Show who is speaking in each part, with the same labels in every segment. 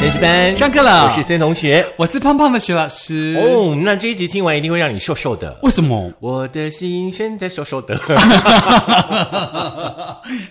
Speaker 1: 三十班
Speaker 2: 上课了
Speaker 1: 我是森同学。
Speaker 2: 我是胖胖的徐老师。
Speaker 1: 哦，那这一集听完一定会让你瘦瘦的。
Speaker 2: 为什么？
Speaker 1: 我的心现在瘦瘦的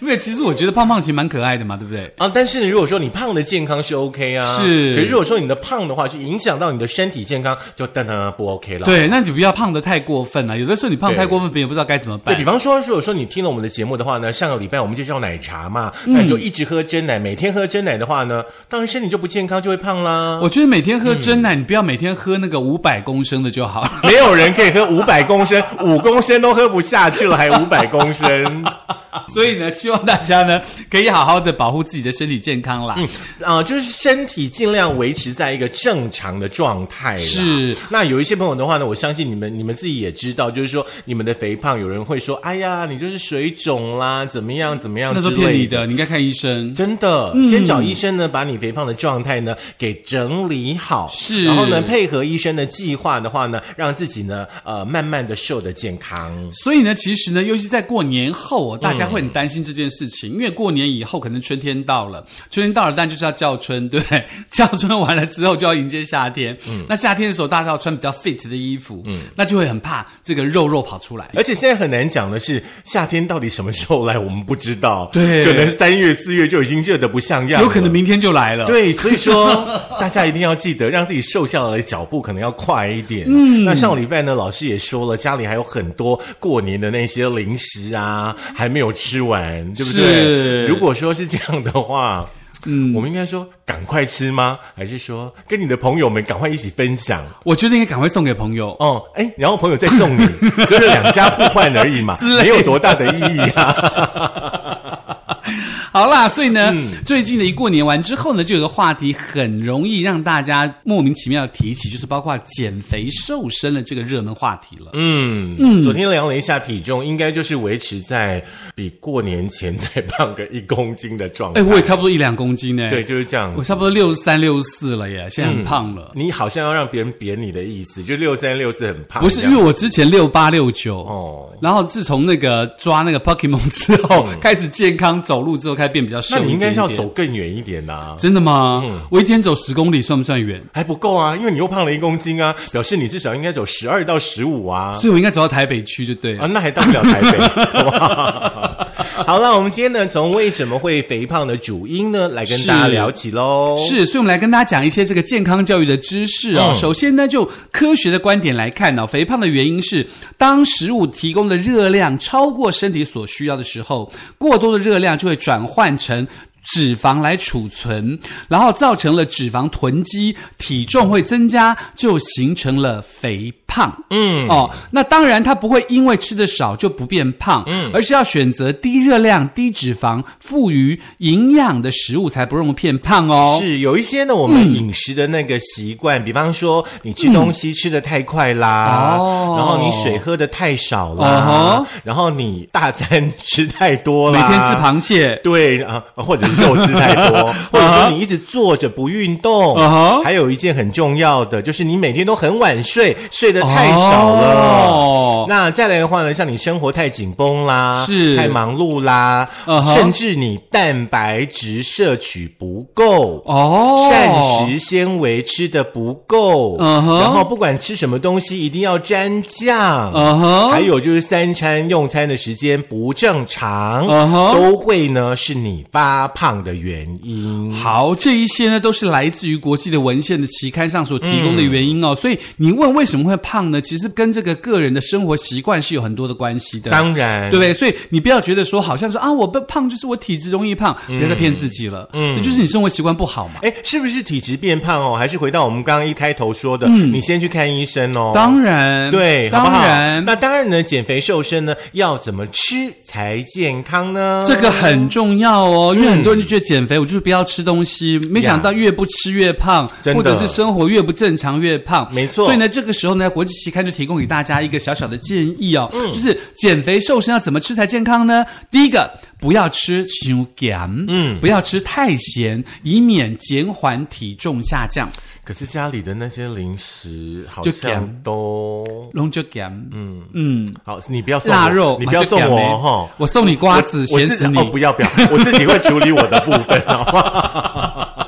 Speaker 2: 因为其实我觉得胖胖其实蛮可爱的嘛，对不对？
Speaker 1: 啊！但是如果说你胖的健康是 OK 啊，
Speaker 2: 是
Speaker 1: 可是如果说你的胖的话，去影响到你的身体健康，就当然不 OK 了。
Speaker 2: 对，那你不要胖的太过分啊了。有的时候你胖
Speaker 1: 对
Speaker 2: 太过分，别人不知道该怎么
Speaker 1: 对。
Speaker 2: 办
Speaker 1: 比。方说，如果说你听了我们的节目的话呢，上个礼拜我们介绍奶茶嘛，
Speaker 2: 嗯
Speaker 1: 那你就一直喝真奶，每天喝真奶的话呢，当然身体就不健康，就会胖啦。
Speaker 2: 我觉得每天喝真
Speaker 1: 嗯
Speaker 2: 奶，你不要每天喝那个五百公升的就好了。
Speaker 1: 没有人可以喝五百公升，五公升都喝不下去了，还五百公升。嗯
Speaker 2: 所以呢，希望大家呢可以好好的保护自己的身体健康啦。
Speaker 1: 啊、就是身体尽量维持在一个正常的状态啦。
Speaker 2: 是
Speaker 1: 那有一些朋友的话呢，我相信你们你们自己也知道，就是说你们的肥胖，有人会说，哎呀，你就是水肿啦，怎么样怎么样
Speaker 2: 那
Speaker 1: 之
Speaker 2: 都
Speaker 1: 类
Speaker 2: 骗你。的，嗯你应该看医生。
Speaker 1: 真的，先找医生呢，把你肥胖的状态呢给整理好，
Speaker 2: 是
Speaker 1: 然后呢，配合医生的计划的话呢，让自己呢，呃，慢慢的瘦的健康。
Speaker 2: 所以呢，其实呢，尤其在过年后哦，大家会很担心这件事情，因为过年以后可能春天到了，春天到了，但就是要叫春，对不 对？叫春完了之后就要迎接夏天。
Speaker 1: 嗯
Speaker 2: 那夏天的时候，大家要穿比较 fit 的衣服，那就会很怕这个肉肉跑出来。
Speaker 1: 而且现在很难讲的是，夏天到底什么时候来，我们不知道。
Speaker 2: 对
Speaker 1: 可能三月、四月就已经热得不像样了，
Speaker 2: 有可能明天就来了。
Speaker 1: 对，所以说 大家一定要记得，让自己瘦下来的脚步可能要快一点。嗯，那上个礼拜呢，老师也说了，家里还有很多过年的那些零食啊，还没有吃完，对不对？
Speaker 2: 是
Speaker 1: 如果说是这样的话。嗯，我们应该说赶快吃吗？还是说跟你的朋友们赶快一起分享？
Speaker 2: 我觉得应该赶快送给朋友。
Speaker 1: 哦，哎，然后朋友再送 你，就是两家互换而已嘛
Speaker 2: 之，类的
Speaker 1: 没有多大的意义啊。
Speaker 2: 好啦，所以呢，
Speaker 1: 嗯
Speaker 2: 最近的一过年完之后呢，就有个话题很容易让大家莫名其妙的提起，就是包括减肥瘦身的这个热门话题了。
Speaker 1: 嗯，昨天量了一下体重，应该就是维持在比过年前再胖个一公斤的状态。
Speaker 2: 哎、我也差不多一两公斤呢、
Speaker 1: 对，，就是这样
Speaker 2: 我。差哎不多六三六四了耶，现在很胖了。
Speaker 1: 你好像要让别人扁你的意思，就六三六四很胖。
Speaker 2: 不是，
Speaker 1: 这
Speaker 2: 因
Speaker 1: 样
Speaker 2: 为我之前六八六九
Speaker 1: 哦
Speaker 2: 然后自从那个抓那个 Pokemon 之后，开始健康走路之后，开始变比较瘦
Speaker 1: 那
Speaker 2: 一
Speaker 1: 你应
Speaker 2: 点
Speaker 1: 该是要
Speaker 2: 点
Speaker 1: 走更远一点呐、
Speaker 2: 真的吗？我一天走十公里算不算远？
Speaker 1: 还不够啊，因为你又胖了一公斤啊，表示你至少应该走十二到十五啊。
Speaker 2: 所以我应该走到台北去就对了。
Speaker 1: 啊，那还到不了台北， 好不好？好了，我们今天呢，从为什么会肥胖的主因呢，来跟
Speaker 2: 是
Speaker 1: 大家聊起喽。
Speaker 2: 是，所以我们来跟大家讲一些这个健康教育的知识哦。
Speaker 1: 嗯
Speaker 2: 首先呢，就科学的观点来看呢、肥胖的原因是当食物提供的热量超过身体所需要的时候，过多的热量就会转换成。脂肪来储存，然后造成了脂肪囤积，体重会增加，就形成了肥胖。嗯，哦，那当然，它不会因为吃的少就不变胖，嗯，而是要选择低热量、低脂肪、富于营养的食物，才不容易变胖哦。
Speaker 1: 是有一些呢，我们饮食的那个习惯，比方说你吃东西吃的太快啦，
Speaker 2: 哦
Speaker 1: 然后你水喝的太少啦
Speaker 2: 哦，
Speaker 1: 然后你大餐吃太多
Speaker 2: 每
Speaker 1: 啦，
Speaker 2: 天吃。螃蟹。
Speaker 1: 对啊，或者是肉吃太 多，或者说你一直坐着不运动
Speaker 2: 啊哈
Speaker 1: 还有一件很重要的就是你每天都很晚睡，睡得太少了。
Speaker 2: 哦
Speaker 1: 那再来的话呢，像你生活太紧绷啦，
Speaker 2: 是
Speaker 1: 太忙碌啦
Speaker 2: 嗯哼
Speaker 1: 甚至你蛋白质摄取不够。
Speaker 2: 哦，
Speaker 1: 膳食纤维吃的不够
Speaker 2: 嗯哼
Speaker 1: 然后不管吃什么东西一定要沾酱
Speaker 2: 嗯哼
Speaker 1: 还有就是三餐用餐的时间不正常
Speaker 2: 嗯哼
Speaker 1: 都会呢是你发胖的原因。
Speaker 2: 好，这一些呢都是来自于国际的文献的期刊上所提供的原
Speaker 1: 嗯
Speaker 2: 因哦。所以你问为什么会胖呢？其实跟这个个人的生活习惯是有很多的关系的。
Speaker 1: 当然，
Speaker 2: 对不对？所以你不要觉得说，好像说啊，我不胖就是我体质容易胖，
Speaker 1: 嗯
Speaker 2: 不要再骗自己了。嗯，就是你生活习惯不好嘛。
Speaker 1: 哎，是不是体质变胖哦？还是回到我们刚刚一开头说的，你先去看医生哦。
Speaker 2: 嗯当然，
Speaker 1: 对，好
Speaker 2: 当
Speaker 1: 不好
Speaker 2: 然，
Speaker 1: 那当然呢，减肥瘦身呢，要怎么吃才健康呢？
Speaker 2: 这个很重要哦，
Speaker 1: 嗯
Speaker 2: 因为很多人就觉得减肥，我就是不要吃东西，没想到越不吃越胖
Speaker 1: 真，的
Speaker 2: 或者是生活越不正常越胖，
Speaker 1: 没错
Speaker 2: 所以呢，这个时候呢，国际期刊就提供给大家一个小小的建议哦，
Speaker 1: 嗯
Speaker 2: 就是减肥瘦身要怎么吃才健康呢？第一个。不要吃太咸，嗯，不要吃太咸，以免减缓体重下降。
Speaker 1: 可是家里的那些零食好
Speaker 2: 就
Speaker 1: 像都
Speaker 2: 龙就咸，嗯嗯，
Speaker 1: 好，你不要送我
Speaker 2: 腊肉，
Speaker 1: 你不要送
Speaker 2: 啊就咸
Speaker 1: 我
Speaker 2: 欸
Speaker 1: 哈。
Speaker 2: 我送你瓜子，
Speaker 1: 我
Speaker 2: 咸
Speaker 1: 自己
Speaker 2: 死你
Speaker 1: 哦！！不要不要，我自己会处理我的部分，好不 好？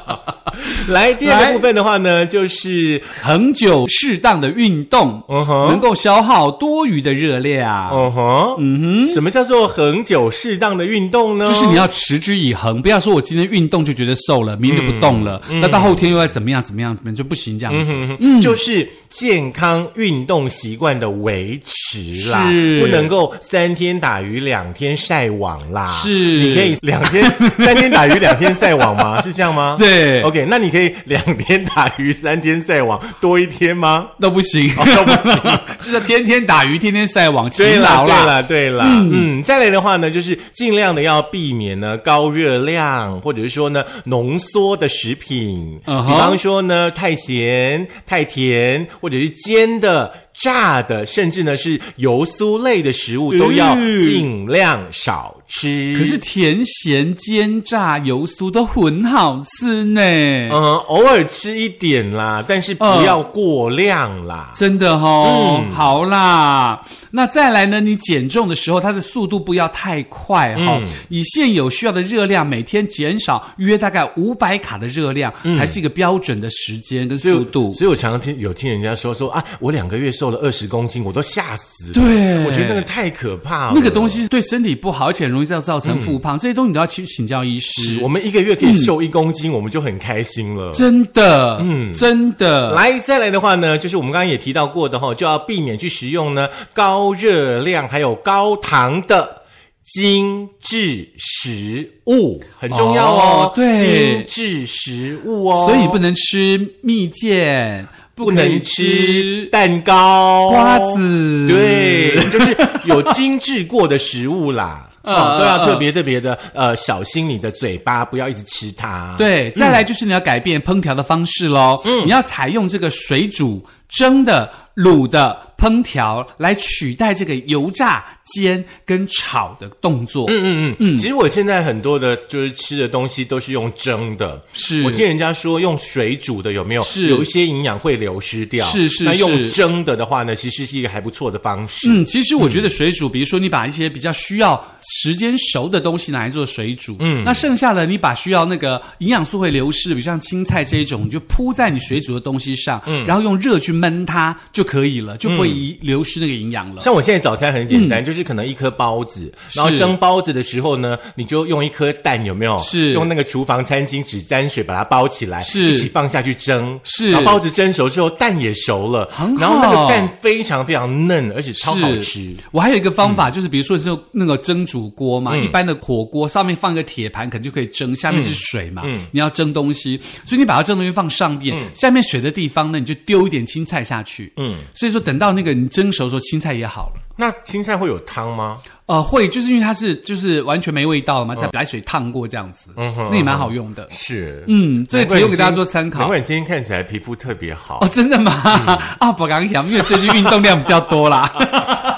Speaker 1: 来，第二
Speaker 2: 来
Speaker 1: 个部分的话呢，就是
Speaker 2: 恒久适当的运动，
Speaker 1: 嗯哼
Speaker 2: 能够消耗多余的热量。
Speaker 1: 嗯哼，嗯哼，什么叫做恒久适当的运动呢？
Speaker 2: 就是你要持之以恒，不要说我今天运动就觉得瘦了，明天就不动了，那到后天又要怎么样怎么样怎么样就不行这样子。
Speaker 1: 嗯，就是健康运动习惯的维持啦，
Speaker 2: 是
Speaker 1: 不能够三天打鱼两天晒网啦。
Speaker 2: 是
Speaker 1: 你可以两天三天打鱼两天晒网吗？是这样吗？
Speaker 2: 对
Speaker 1: ，OK，那你可以两天打鱼三天晒网，多一天吗？
Speaker 2: 都不行，
Speaker 1: 哦都不行。
Speaker 2: 就是天天打鱼，天天晒网，
Speaker 1: 对
Speaker 2: 勤
Speaker 1: 啦，
Speaker 2: 劳
Speaker 1: 对
Speaker 2: 啦。
Speaker 1: 啦，对啦，嗯再来的话呢，就是尽量的要避免呢高热量，或者是说呢浓缩的食品，
Speaker 2: 嗯
Speaker 1: 比
Speaker 2: 哼
Speaker 1: 方说呢太咸、太甜，或者是煎的、炸的，甚至呢是油酥类的食物都要
Speaker 2: 嗯
Speaker 1: 尽量少吃。
Speaker 2: 可是甜咸煎炸油酥都很好吃呢，
Speaker 1: 嗯，偶尔吃一点啦，但是不
Speaker 2: 嗯
Speaker 1: 要过量啦。
Speaker 2: 真的哦。
Speaker 1: 嗯
Speaker 2: 好啦，那再来呢？你减重的时候，它的速度不要太快哈、
Speaker 1: 嗯
Speaker 2: 哦以现有需要的热量，每天减少约大概五百卡的热量，才是一个标准的时间跟
Speaker 1: 所以
Speaker 2: 速度。
Speaker 1: 嗯所以我常常听有听人家说说啊，我两个月瘦了二十公斤，我都吓死了。
Speaker 2: 对
Speaker 1: 我觉得那个太可怕了，
Speaker 2: 那个东。西对身体不好，而且很容易造造成复胖，
Speaker 1: 嗯
Speaker 2: 这些东西你都要去请教医师
Speaker 1: 我。们一个月可以瘦一公斤，我们就很开心了。
Speaker 2: 真的，嗯，真的，
Speaker 1: 来，再来的话呢，就是我们刚刚也提到过的哈、就要避免去食用呢高热量还有高糖的精致食物，很重要哦。
Speaker 2: 哦对
Speaker 1: 精致食物哦，
Speaker 2: 所以不能吃蜜饯，
Speaker 1: 不
Speaker 2: 不可以
Speaker 1: 能吃
Speaker 2: 吃
Speaker 1: 蛋糕、
Speaker 2: 瓜子，
Speaker 1: 对，就是有精致过的食物啦，
Speaker 2: 嗯
Speaker 1: 哦，都要
Speaker 2: 嗯
Speaker 1: 特别特别的呃小心你的嘴巴，不要一直吃它。。
Speaker 2: 对，再来就是你要改变烹调的方式喽。
Speaker 1: 嗯
Speaker 2: 你要采用这个水煮、蒸的、卤的烹调来取代这个油炸、煎跟炒的动作。
Speaker 1: 嗯嗯嗯，其实我现在很多的就是吃的东西都是用蒸的，
Speaker 2: 是
Speaker 1: 我听人家说用水煮的有没有？
Speaker 2: 是
Speaker 1: 有一些营养会流失掉，
Speaker 2: 是是
Speaker 1: 那用
Speaker 2: 是
Speaker 1: 蒸的的话呢，其实是一个还不错的方式。
Speaker 2: 嗯，其实我觉得水煮，比如说你把一些比较需要时间熟的东西拿来做水煮，嗯，那剩下的你把需要那个营养素会流失的，比如像青菜这一种，你就铺在你水煮的东西上，嗯，然后用热去焖它就可以了，就不
Speaker 1: 嗯
Speaker 2: 会遗流失那个营养了。
Speaker 1: 像我现在早餐很简
Speaker 2: 嗯
Speaker 1: 单，就是可能一颗包子，然后蒸包子的时候呢，你就用一颗蛋，有没有？
Speaker 2: 是
Speaker 1: 用那个厨房餐巾纸沾水把它包起来，
Speaker 2: 是
Speaker 1: 一起放下去蒸。
Speaker 2: 是
Speaker 1: 然后包子蒸熟之后，蛋也熟了，
Speaker 2: 很好
Speaker 1: 然后那个蛋非常非常嫩，而且超好吃。嗯
Speaker 2: 我还有一个方法，就是比如说是那个蒸煮锅嘛，一般的火锅上面放一个铁盘，可能就可以蒸，下
Speaker 1: 嗯
Speaker 2: 面是水嘛，你要蒸东西，所以你把它蒸东西放上面，
Speaker 1: 嗯
Speaker 2: 下面水的地方呢，你就丢一点青菜下去，嗯，所以说等到那个你蒸熟的时候，青菜也好了。
Speaker 1: 那青菜会有汤吗？
Speaker 2: 呃，会就是因为它是就是完全没味道了
Speaker 1: 嗯
Speaker 2: 嘛，再白水烫过这样子，那也蛮好用的。
Speaker 1: 是，
Speaker 2: 嗯这个
Speaker 1: 难怪
Speaker 2: 提供
Speaker 1: 你
Speaker 2: 给大家
Speaker 1: 今
Speaker 2: 做参考
Speaker 1: 难怪你今天看起来皮肤特别好
Speaker 2: 哦，。真的吗？
Speaker 1: 嗯
Speaker 2: 啊，不敢讲，因为最近运动量比较 多啦。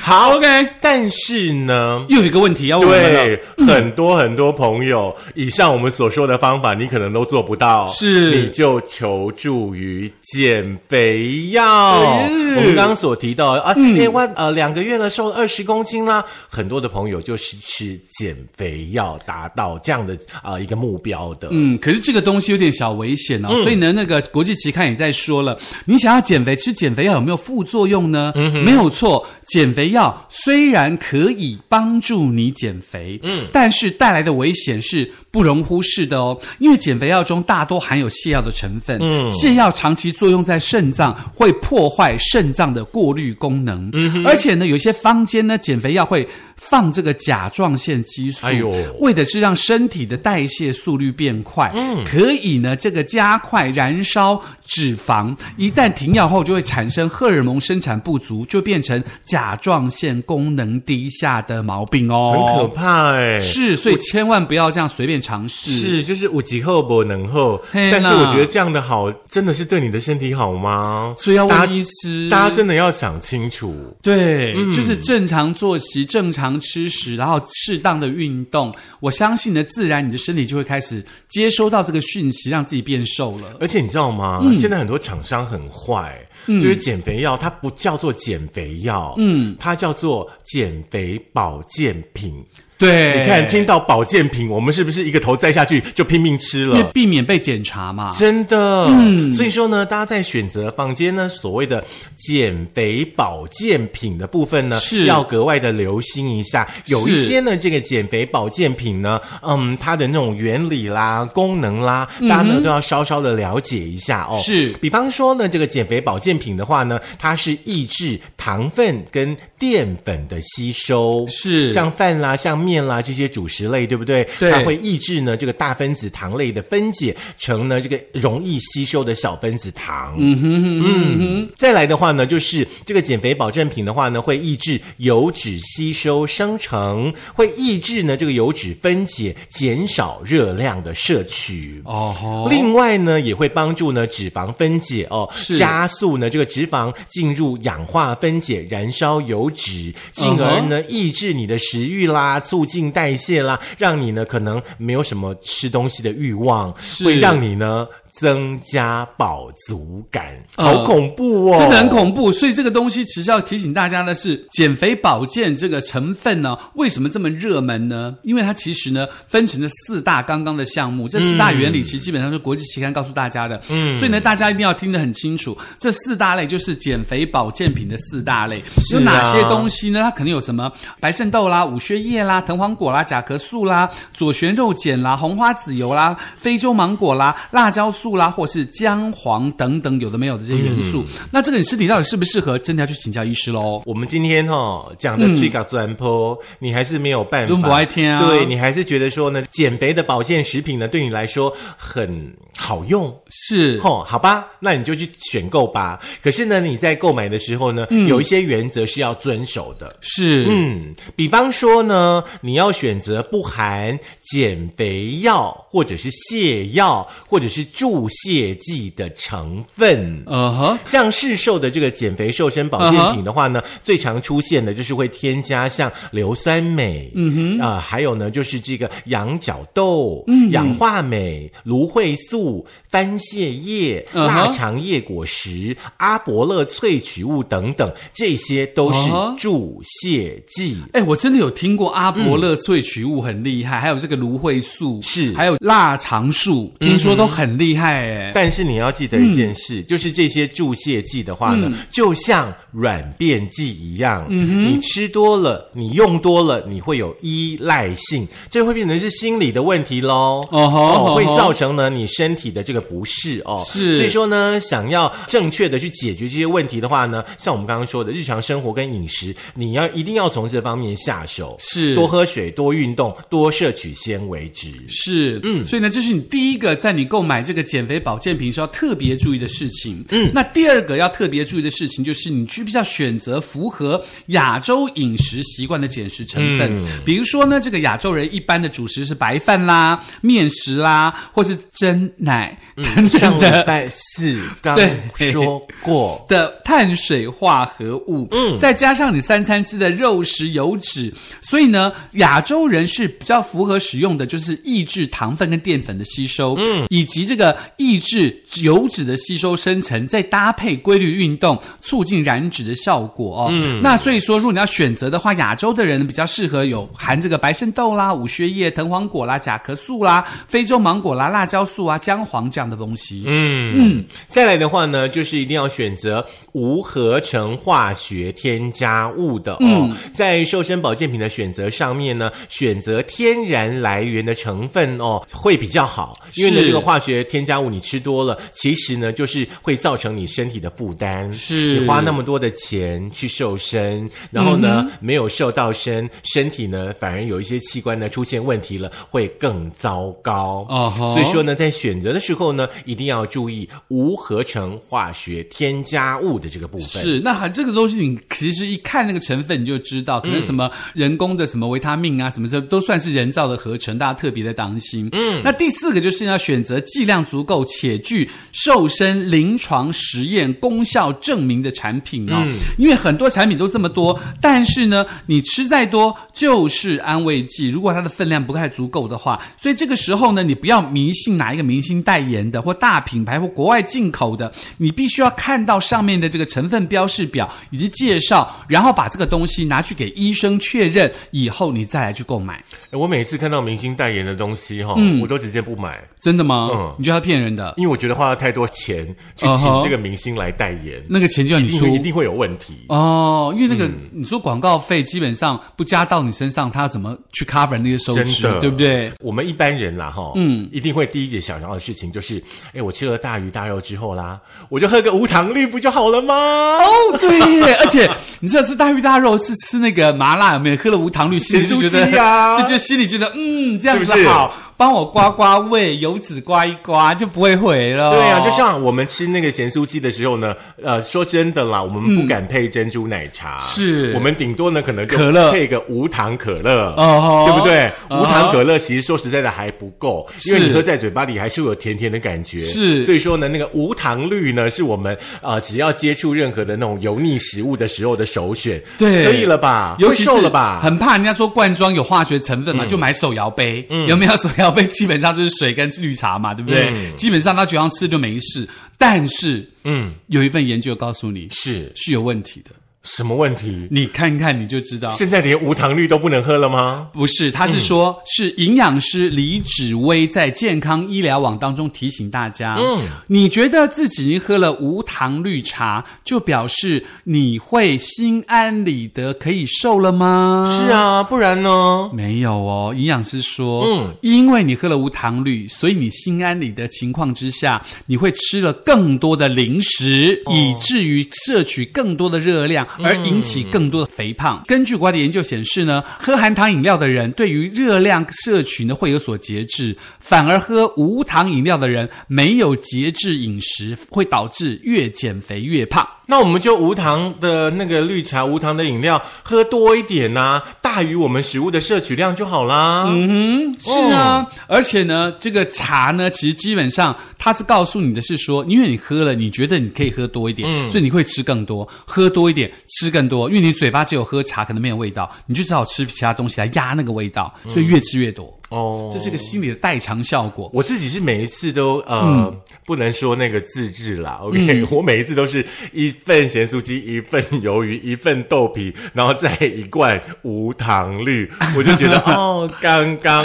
Speaker 1: 好
Speaker 2: OK，
Speaker 1: 但是呢，
Speaker 2: 又有一个问题要问我们了。
Speaker 1: 对，很多很多朋友，以上我们所说的方法，你可能都做不到，
Speaker 2: 是
Speaker 1: 你就求助于减肥药。
Speaker 2: 是
Speaker 1: 我们刚刚所提到啊，
Speaker 2: 嗯
Speaker 1: 哎、我呃两个月了，瘦了二十公斤啦，很多的朋友就是吃减肥药达到这样的啊、一个目标的。
Speaker 2: 嗯，可是这个东西有点小危险哦，所以呢，那个国际期刊也在说了，你想要减肥，吃减肥药有没有副作用呢？没有错，减肥药虽然可以帮助你减肥，嗯，但是带来的危险是不容忽视的哦，因为减肥药中大多含有泻药的成分，嗯，泻药长期作用在肾脏，会破坏肾脏的过滤功能，嗯，而且呢，有些坊间呢，减肥药会放这个甲状腺激素，
Speaker 1: 哎呦
Speaker 2: 为的是让身体的代谢速率变快，嗯，可以呢，这个加快燃烧脂肪。一旦停药后，就会产生荷尔蒙生产不足，就变成甲状腺功能低下的毛病哦，
Speaker 1: 很可怕哎、
Speaker 2: 是，所以千万不要这样随便尝试。
Speaker 1: 是，就是五级后不能后，
Speaker 2: 嘿
Speaker 1: 但是
Speaker 2: 啦
Speaker 1: 我觉得这样的好，真的是对你的身体好吗？
Speaker 2: 所以要
Speaker 1: 大家
Speaker 2: 问医师，
Speaker 1: 大家真嗯的要想清楚。
Speaker 2: 对，就是正常作息、正常吃食，然后适当的运动，我相信呢，自然你的身体就会开始接收到这个讯息，让自己变瘦了。
Speaker 1: 而且你知道吗？现在很多厂商很坏，就是减肥药，它不叫做减肥药，嗯，它叫做减肥保健品。
Speaker 2: 对，
Speaker 1: 你看，听到保健品，我们是不是一个头栽下去就拼命吃
Speaker 2: 因为
Speaker 1: 了？
Speaker 2: 避免被检查嘛。
Speaker 1: 真的，嗯，所以说呢，大家在选择坊间呢所谓的减肥保健品的部分呢，
Speaker 2: 是
Speaker 1: 要格外的留心一下。有一
Speaker 2: 是
Speaker 1: 些呢，这个减肥保健品呢，嗯，它的那种原理啦、功能啦，大家呢、都要稍稍的了解一下哦。
Speaker 2: 是
Speaker 1: 比方说呢，这个减肥保健品的话呢，它是抑制糖分跟淀粉的吸收，
Speaker 2: 是
Speaker 1: 像饭啦、像面啦这些主食类，对不对？
Speaker 2: 对
Speaker 1: 它会抑制呢这个大分子糖类的分解成呢这个容易吸收的小分子糖。嗯哼嗯哼。再来的话呢，就是这个减肥保健品的话呢，会抑制油脂吸收生成，会抑制呢这个油脂分解，减少热量的摄取。
Speaker 2: 哦吼，
Speaker 1: 另外呢，也会帮助呢脂肪分解哦
Speaker 2: 是，
Speaker 1: 加速呢这个脂肪进入氧化分解，燃烧油脂，进而呢、
Speaker 2: 嗯
Speaker 1: 抑制你的食欲啦，促进代谢啦，让你呢可能没有什么吃东西的欲望，会让你呢增加饱足感，好
Speaker 2: 呃
Speaker 1: 恐怖哦，
Speaker 2: 真的很恐怖，所以这个东西其实要提醒大家的是，减肥保健这个成分呢，为什么这么热门呢？因为它其实呢分成了四大刚刚的项目，这四大
Speaker 1: 嗯
Speaker 2: 原理其实基本上是国际期刊告诉大家的，嗯，所以呢大家一定要听得很清楚，这四大类就是减肥保健品的四大类，
Speaker 1: 是
Speaker 2: 有
Speaker 1: 啊
Speaker 2: 哪些东西呢？它可能有什么白肾豆啦、五血叶啦、藤黄果啦、甲壳素啦、左旋肉碱啦、红花籽油啦、非洲芒果啦、辣椒素啦，或是姜黄等等，有的没有的这些元素。
Speaker 1: 嗯
Speaker 2: 那这个你身体到底适不适合，真的要去请教医师喽。
Speaker 1: 我们今天哦讲的最高钻坡，你还是没有办法，
Speaker 2: 嗯都不爱听啊
Speaker 1: 对你还是觉得说呢，减肥的保健食品呢，对你来说很好用。
Speaker 2: 是
Speaker 1: 哦，好吧，那你就去选购吧。可是呢，你在购买的时候呢，有一些原则是要遵守的。
Speaker 2: 是，
Speaker 1: 嗯，比方说呢，你要选择不含减肥药或者是泻药或者是助泻剂的成分。
Speaker 2: 呃呵，
Speaker 1: 像市售的这个减肥瘦身保健品的话呢最常出现的就是会添加像硫酸镁，嗯哼，啊、还有呢就是这个羊角豆、氧化镁、芦荟素、番泻叶、
Speaker 2: 嗯哼
Speaker 1: 腊肠叶果实、阿伯勒萃取物等等，这些都是
Speaker 2: 嗯哼
Speaker 1: 助泻剂。
Speaker 2: 哎，我真的有听过阿伯勒萃取物很厉害，还有这个芦荟素，
Speaker 1: 嗯是嗯
Speaker 2: 还有腊肠素，听说都很厉害哎。
Speaker 1: 但是你要记得一件事，
Speaker 2: 嗯
Speaker 1: 就是这些助泻剂的话呢，就像软便剂一样，
Speaker 2: 嗯
Speaker 1: 你吃多了，你用多了，你会有依赖性，这会变成是心理的问题喽。
Speaker 2: 哦吼哦吼
Speaker 1: 会造成呢你身体的这个不适哦。
Speaker 2: 是
Speaker 1: 所以说呢，想要正确的去解决这些问题的话呢，像我们刚刚说的日常生活跟饮食，你要一定要从这方面下手，
Speaker 2: 是
Speaker 1: 多喝水、多运动、多摄取纤维质。
Speaker 2: 是，嗯，所以呢，这是你第一个在你购买这个减肥保健品时候要特别注意的事情。嗯，那第二个要特别注意的事情就是，你需不需要选择符合亚洲饮食习惯的减食成分？比如说呢，这个亚洲人一般的主食是白饭啦、面食啦，或是蒸奶等
Speaker 1: 上
Speaker 2: 等
Speaker 1: 礼
Speaker 2: 的。
Speaker 1: 拜四刚
Speaker 2: 对
Speaker 1: 说过。
Speaker 2: 的碳水化合物，嗯，再加上你三餐吃的肉食油脂，所以呢，亚洲人是比较符合使用的，就是抑制糖分跟淀粉的吸收，嗯，以及这个抑制油脂的吸收生成，再搭配规律运动，促进燃脂的效果哦。嗯，那所以说，如果你要选择的话，亚洲的人比较适合有含这个白肾豆啦、五血叶、藤黄果啦、甲壳素啦、非洲芒果啦、辣椒素啊、姜黄这样的东西。嗯，
Speaker 1: 嗯，再来的话呢，就是一定要选择无合成化学添加物的哦。
Speaker 2: 嗯
Speaker 1: 在瘦身保健品的选择上面呢，选择天然来源的成分哦，会比较好，因为呢，
Speaker 2: 是
Speaker 1: 这个化学添添加物你吃多了，其实呢就是会造成你身体的负担。
Speaker 2: 是
Speaker 1: 你花那么多的钱去瘦身，然后
Speaker 2: 嗯
Speaker 1: 呢、没有瘦到身，身体呢反而有一些器官呢出现问题了，会更糟糕。
Speaker 2: 哦吼
Speaker 1: 所以说呢，在选择的时候呢，一定要注意无合成化学添加物的这个部分。
Speaker 2: 是，那还这个东西，你其实一看那个成分你就知道，可能什么人工的什么维他命啊，什么这都算是人造的合成，大家特别的当心。嗯，那第四个就是要选择剂量足够且具瘦身临床实验功效证明的产品哦，因为很多产品都这么多，但是呢，你吃再多就是安慰剂，如果它的分量不太足够的话，所以这个时候呢，你不要迷信哪一个明星代言的或大品牌或国外进口的，你必须要看到上面的这个成分标示表以及介绍，然后把这个东西拿去给医生确认以后，你再来去购买。
Speaker 1: 诶哎我每次看到明星代言的东西哈、
Speaker 2: 嗯
Speaker 1: 我都直接不买，
Speaker 2: 真的吗？
Speaker 1: 嗯
Speaker 2: 你觉得他骗人的？
Speaker 1: 因为我觉得花了太多钱去
Speaker 2: 嗯哼
Speaker 1: 请这个明星来代言，
Speaker 2: 那个钱就要
Speaker 1: 一
Speaker 2: 你
Speaker 1: 定会一
Speaker 2: 出。
Speaker 1: 定会有问题。嗯
Speaker 2: 哦，因为那个、你说广告费基本上不加到你身上，他要怎么去 cover 那个收
Speaker 1: 真
Speaker 2: 支，
Speaker 1: 的，
Speaker 2: 对不对？？
Speaker 1: 我们一般人啦，哈，嗯，一定会第一个想到的事情就是，哎，我吃了大鱼大肉之后啦，我就喝个无糖绿不就好了吗？
Speaker 2: 哦，对耶！而且你知道吃大鱼大肉是吃那个麻辣，有没有喝了无糖绿，心里就觉
Speaker 1: 咸猪鸡
Speaker 2: 得，
Speaker 1: 啊
Speaker 2: 就觉得心里觉得，嗯，这样
Speaker 1: 是不
Speaker 2: 子
Speaker 1: 是
Speaker 2: 好，帮我刮刮胃，油脂刮一刮就不会回了。
Speaker 1: 对啊，就像我们吃那个咸酥鸡的时候呢，呃，说真的啦，我们不敢配珍珠奶茶，
Speaker 2: 是
Speaker 1: 我们顶多呢可能就
Speaker 2: 可乐
Speaker 1: 配个无糖可乐，
Speaker 2: 哦
Speaker 1: 对不对？
Speaker 2: 哦
Speaker 1: 无糖可乐其实说实在的还不够，因为
Speaker 2: 是
Speaker 1: 你喝在嘴巴里还是会有甜甜的感觉，
Speaker 2: 是
Speaker 1: 所以说呢，那个无糖绿呢是我们啊、呃只要接触任何的那种油腻食物的时候的首选，
Speaker 2: 对
Speaker 1: 可以了吧？
Speaker 2: 尤
Speaker 1: 会
Speaker 2: 其是
Speaker 1: 瘦了吧？嗯
Speaker 2: 很怕人家说罐装有化学成分嘛，就买手摇杯。有没有 手摇杯？基本上就是水跟绿茶嘛，对不对？
Speaker 1: 嗯
Speaker 2: 基本上他觉得吃就没事，但是，嗯，有一份研究告诉你
Speaker 1: 是
Speaker 2: 是有问题的，
Speaker 1: 什么问题？
Speaker 2: 你看看你就知道。
Speaker 1: 现在连无糖绿都不能喝了吗？
Speaker 2: 不是，他是
Speaker 1: 嗯
Speaker 2: 说，是营养师李芷薇在健康医疗网当中提醒大家，嗯，你觉得自己已经喝了无糖绿茶，就表示你会心安理得可以瘦了吗？
Speaker 1: 是啊，不然呢？
Speaker 2: 没有哦，营养师说，嗯
Speaker 1: 嗯，
Speaker 2: 因为你喝了无糖绿，所以你心安理得情况之下，你会吃了更多的零食，以至于摄取更多的热量，而引起更多的肥胖。根据国外的研究显示呢，喝含糖饮料的人对于热量摄取呢会有所节制，反而喝无糖饮料的人没有节制饮食，会导致越减肥越胖。
Speaker 1: 那我们就无糖的那个绿茶、无糖的饮料喝多一点呐、大于我们食物的摄取量就好啦。嗯，
Speaker 2: 是啊，而且呢，这个茶呢，其实基本上它是告诉你的是说，因为你喝了，你觉得你可以喝多一点，所以你会吃更多，喝多一点，吃更多，因为你嘴巴只有喝茶，可能没有味道，你就只好吃其他东西来压那个味道，所以越吃越多。
Speaker 1: 哦，
Speaker 2: 这是个心理的代偿效果。
Speaker 1: 我自己是每一次都呃，
Speaker 2: 嗯
Speaker 1: 不能说那个自制啦，OK，、我 每一次都是一份咸酥鸡，一份鱿鱼，一份豆皮，然后再一罐无糖 绿，我就觉得哦，刚刚，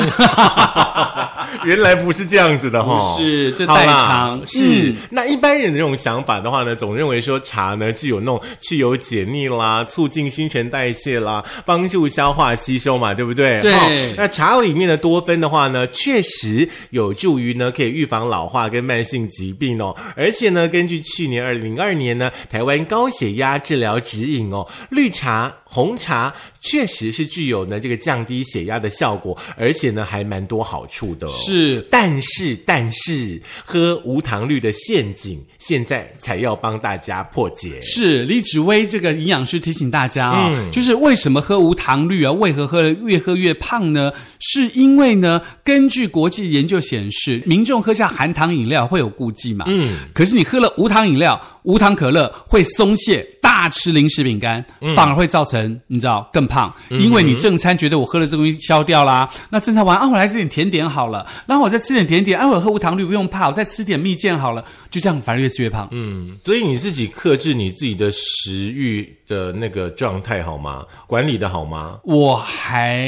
Speaker 1: 原来不是这样子的哈，
Speaker 2: 不是这
Speaker 1: 好啦
Speaker 2: 代偿嗯
Speaker 1: 是、那一般人的这种想法的话呢，总认为说茶呢具有那种去油解腻啦，促进新陈代谢啦，帮助消化吸收嘛，对不对？
Speaker 2: 对
Speaker 1: 哦那茶里面的多酚的话呢，确实有助于呢可以预防老化跟慢性疾病哦。而且呢，根据去年二零零二年呢台湾高血压治疗指引哦，绿茶、红茶确实是具有呢这个降低血压的效果，而且呢还蛮多好处的、哦。
Speaker 2: 是
Speaker 1: 但是但是喝无糖绿的陷阱，现在才要帮大家破解。
Speaker 2: 是李芷薇这个营养师提醒大家啊、就是为什么喝无糖绿啊？为何喝了越喝越胖呢？是因为呢，根据国际研究显示，民众喝下含糖饮料会有顾忌嘛。嗯，可是你喝了无糖饮料、无糖可乐会松懈，大吃零食饼干，反而会造成你知道更胖，因为你正餐觉得我喝了这东西消掉啦，那正餐完啊，我来吃点甜点好了，然后我再吃点甜点，啊，我喝无糖绿不用怕，我再吃点蜜饯好了，就这样反而越吃越胖。？
Speaker 1: 嗯，所以你自己克制你自己的食欲的那个状态好吗？管理的好吗
Speaker 2: 我还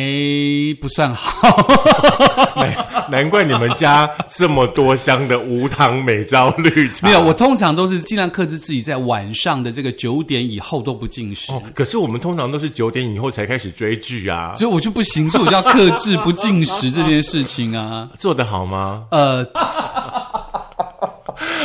Speaker 2: 不 算好，
Speaker 1: 难难怪你们家这么多箱的无糖美招绿茶。
Speaker 2: 没有，我通常都是尽量克制自己，在晚上的这个九点以后都不进食，
Speaker 1: 哦，可是我们通常都是九点以后才开始追剧啊，
Speaker 2: 所以我就不行，所以我就 要克制不进食这件事情啊。
Speaker 1: 做得好吗？
Speaker 2: 呃，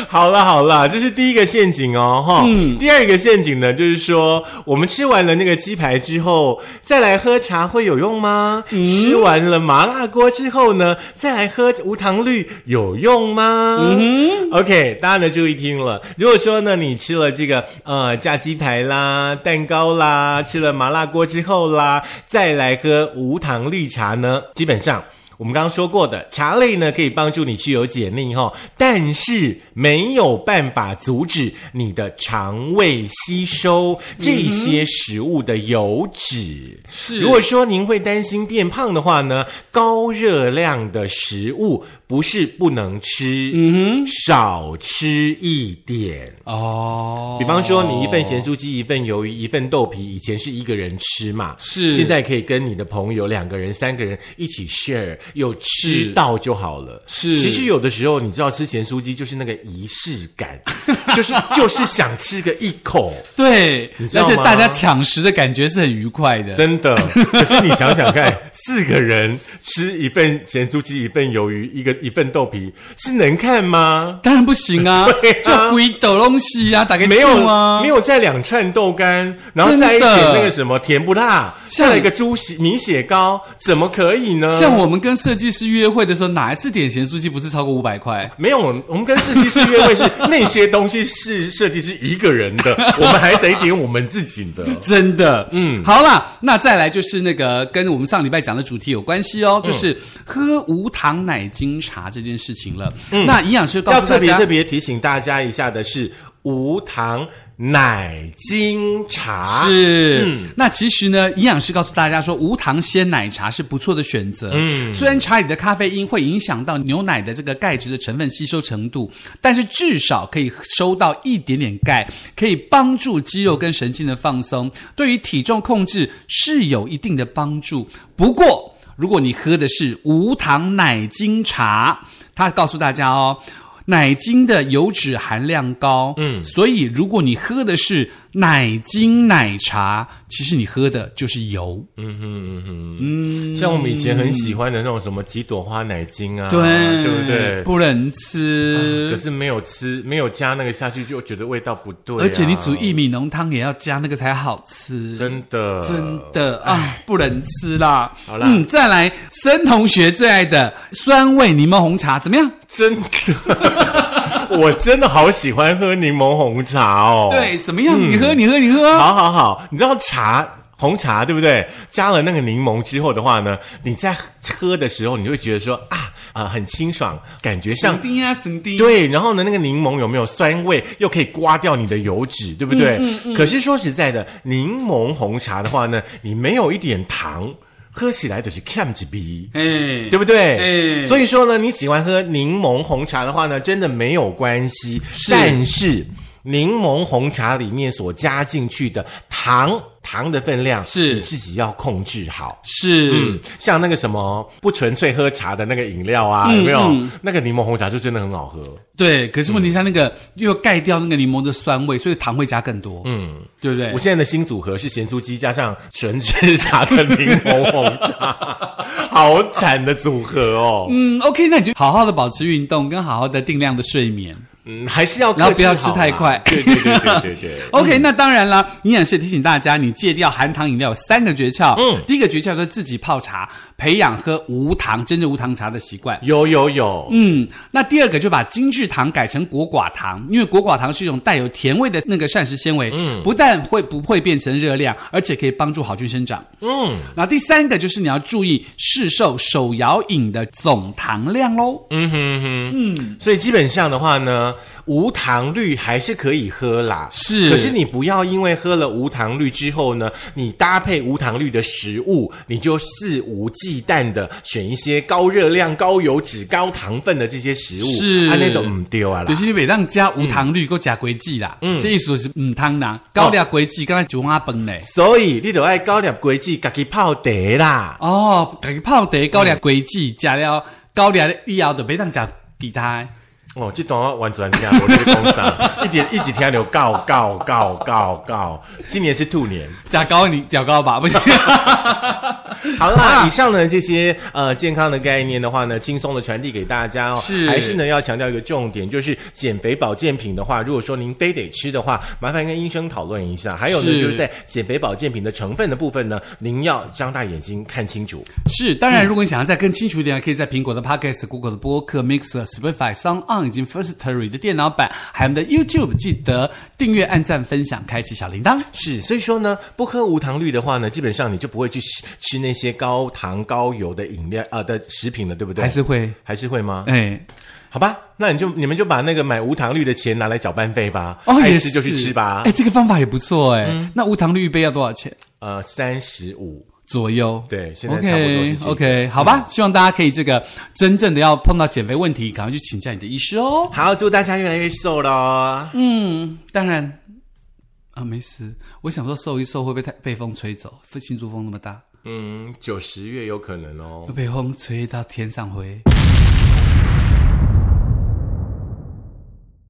Speaker 1: 好了好了，这是第一个陷阱哦，哈。嗯。第二个陷阱呢，就是说我们吃完了那个鸡排之后，再来喝茶会有用吗？
Speaker 2: 嗯
Speaker 1: 吃完了麻辣锅之后呢，再来喝无糖绿有用吗？嗯。OK，大家呢注意听了。如果说呢，你吃了这个呃炸鸡排啦、蛋糕啦，吃了麻辣锅之后啦，再来喝无糖绿茶呢，基本上。我们刚刚说过的，茶类呢可以帮助你去油解腻哈、但是没有办法阻止你的肠胃吸收这些食物的油脂。
Speaker 2: 是
Speaker 1: 如果说您会担心变胖的话呢，高热量的食物不是不能吃，嗯哼，少吃一点。
Speaker 2: 哦，
Speaker 1: 比方说，你一份咸酥鸡，一份鱿鱼，一份豆皮，以前是一个人吃嘛，
Speaker 2: 是
Speaker 1: 现在可以跟你的朋友两个人、三个人一起 share，有吃到就好了。
Speaker 2: 是
Speaker 1: 其实有的时候你知道吃咸酥鸡就是那个仪式感，就是 就是想吃个一口，
Speaker 2: 对，
Speaker 1: 知道吗
Speaker 2: 而且大家抢食的感觉是很愉快 的。
Speaker 1: 真的。可是你想想看，四个人吃一份咸酥鸡，一份鱿鱼，一个一份豆皮，是能看吗？
Speaker 2: 当然不行啊，
Speaker 1: 对啊
Speaker 2: 就鬼抖东西啊，打开
Speaker 1: 没有
Speaker 2: 啊，
Speaker 1: 没有再两串豆干，然后
Speaker 2: 真的
Speaker 1: 再一点那个什么甜不辣，
Speaker 2: 像
Speaker 1: 再来一个猪血米血糕，怎么可以呢？
Speaker 2: 像我们跟设计师约会的时候，哪一次点咸酥鸡不是超过五百块？
Speaker 1: 没有，我们我们跟设计师约会 是那些东西是设计师一个人的，我们还得点我们自己的。
Speaker 2: 真的，嗯，好啦，那再来就是那个跟我们上礼拜讲的主题有关系哦，
Speaker 1: 嗯
Speaker 2: 就是喝无糖奶精茶这件事情了。那营养师 告
Speaker 1: 嗯要
Speaker 2: 诉大
Speaker 1: 特别
Speaker 2: 家
Speaker 1: 特，别提醒大家一下的是，无糖奶精茶
Speaker 2: 是，那其实呢，营养师告诉大家说，无糖鲜奶茶是不错的选择。嗯，虽然茶里的咖啡因会影响到牛奶的这个钙质的成分吸收程度，但是至少可以收到一点点钙，可以帮助肌肉跟神经的放松，对于体重控制是有一定的帮助。不过，如果你喝的是无糖奶精茶，他告诉大家哦。奶精的油脂含量高，嗯，所以如果你喝的是奶精奶茶，其实你喝的就是油，
Speaker 1: 啊嗯
Speaker 2: 嗯
Speaker 1: 像我们以前很喜欢的那种什么几朵花奶精啊，
Speaker 2: 对
Speaker 1: 对不对？啊
Speaker 2: 不能吃。
Speaker 1: 可是没有吃，没有加那个下去，就觉得味道不对啊、
Speaker 2: 而且你煮薏米浓汤也要加那个才好吃，
Speaker 1: 真的
Speaker 2: 真的啊，不能吃啦。
Speaker 1: 好啦
Speaker 2: 嗯，再来森同学最爱的酸味柠檬红茶怎么样？
Speaker 1: 真的， 我真的好喜欢喝柠檬红茶哦。
Speaker 2: 对，，怎么样？你喝，你喝，你喝啊。
Speaker 1: 好好好，你知道茶。红茶对不对？加了那个柠檬之后的话呢，你在喝的时候，你就会觉得说啊啊、很清爽，感觉上
Speaker 2: 省丁啊，省丁。
Speaker 1: 对，然后呢，那个柠檬有没有酸味，又可以刮掉你的油脂，对不对？可是说实在的，柠檬红茶的话呢，你没有一点糖，喝起来就是 cam 几鼻。
Speaker 2: 哎，
Speaker 1: 对不对？
Speaker 2: 哎
Speaker 1: 所以说呢，你喜欢喝柠檬红茶的话呢，真的没有关系。
Speaker 2: 是
Speaker 1: 但是柠檬红茶里面所加进去的糖糖的分量
Speaker 2: 是
Speaker 1: 你自己要控制好。
Speaker 2: 是。
Speaker 1: 嗯，像那个什么不纯粹喝茶的那个饮料啊，有没有？那个柠檬红茶就真的很好喝。
Speaker 2: 对，可是问题它那个、又盖掉那个柠檬的酸味，所以糖会加更多，
Speaker 1: 嗯，
Speaker 2: 对不对
Speaker 1: 我？现在的新组合是咸酥鸡加上纯制茶的柠檬红茶， 好惨的组合哦。
Speaker 2: 嗯，OK，那你就好好的保持运动，跟好好的定量的睡眠。
Speaker 1: 嗯，还是要
Speaker 2: 然后不要
Speaker 1: 克制好
Speaker 2: 吃太
Speaker 1: 啦
Speaker 2: 快
Speaker 1: 对对对对对 对。
Speaker 2: OK，、那当然啦，营养师也提醒大家，你戒掉含糖饮料有三个诀窍。嗯，第一个诀窍就是自己泡茶，培养喝无糖真正无糖茶的习惯。
Speaker 1: 有有有，
Speaker 2: 嗯，那第二个就把精制糖改成果寡糖，因为果寡糖是一种带有甜味的那个膳食纤维，嗯，不但会不会变成热量，而且可以帮助好菌生长。
Speaker 1: 嗯
Speaker 2: 那第三个就是你要注意市售手摇饮的总糖量喽。
Speaker 1: 嗯哼哼，嗯，所以基本上的话呢，无糖绿还是可以喝啦，
Speaker 2: 是
Speaker 1: 可是你不要因为喝了无糖绿之后呢，你搭配无糖绿的食物，你就肆无忌惮的选一些高热量、高油脂、高糖分的这些食物，
Speaker 2: 是
Speaker 1: 啊，那种唔丢啊啦
Speaker 2: 尤。其是每当加无糖绿够加规矩啦，嗯，这意思就是嗯汤啦，高粱规矩刚才九阿崩嘞。
Speaker 1: 所以你得爱高粱规矩，自己泡茶啦。
Speaker 2: 哦，家己泡茶高粱规矩，加了高粱以后就别当加其他的。
Speaker 1: 哦，这段我完全听我在讲啥， 一点一直听就告告告告告，今年是兔年。
Speaker 2: 假高你假高吧，不行。
Speaker 1: 好啦，以上呢这些呃健康的概念的话呢，轻松的传递给大家哦。
Speaker 2: 是
Speaker 1: 还是呢要强调一个重点，就是减肥保健品的话，如果说您非得吃的话，麻烦跟医生讨论一下。还有呢，
Speaker 2: 是
Speaker 1: 就是在减肥保健品的成分的部分呢，您要张大眼睛看清楚。
Speaker 2: 是，当
Speaker 1: 嗯
Speaker 2: 然，如果你想要再更清楚一点，可以在苹果的 Podcast、Google 的播客、Mixer、Spotify、Sound On 以及 Firstory 的电脑版，还有我们的 YouTube，记得订阅、按赞、分享、开启小铃铛。
Speaker 1: 是，所以说呢，不喝无糖绿的话呢，基本上你就不会去吃吃那些高糖高油的饮料呃的食品了，对不对？
Speaker 2: 还是会，
Speaker 1: 还是会吗？
Speaker 2: 哎，
Speaker 1: 好吧，那你就你们就把那个买无糖绿的钱拿来搅拌费吧，
Speaker 2: 哦，
Speaker 1: 爱
Speaker 2: 也
Speaker 1: 吃
Speaker 2: 是
Speaker 1: 就去吃吧嗯
Speaker 2: 哎，，这个方法也不错哎。那无糖绿一杯要多少钱
Speaker 1: 呃，三十五。
Speaker 2: 左右？
Speaker 1: 对现在差不多是这个嗯
Speaker 2: OK OK，好吧，希望大家可以这个真正的要碰到减肥问题，赶快去请教你的医师哦。
Speaker 1: 好，祝大家越来越瘦喽！
Speaker 2: 嗯，当然啊，没事。我想说瘦一瘦会不会太被风吹走？新珠风那么大，
Speaker 1: 嗯，九十月有可能哦
Speaker 2: 会。被风吹到天上回。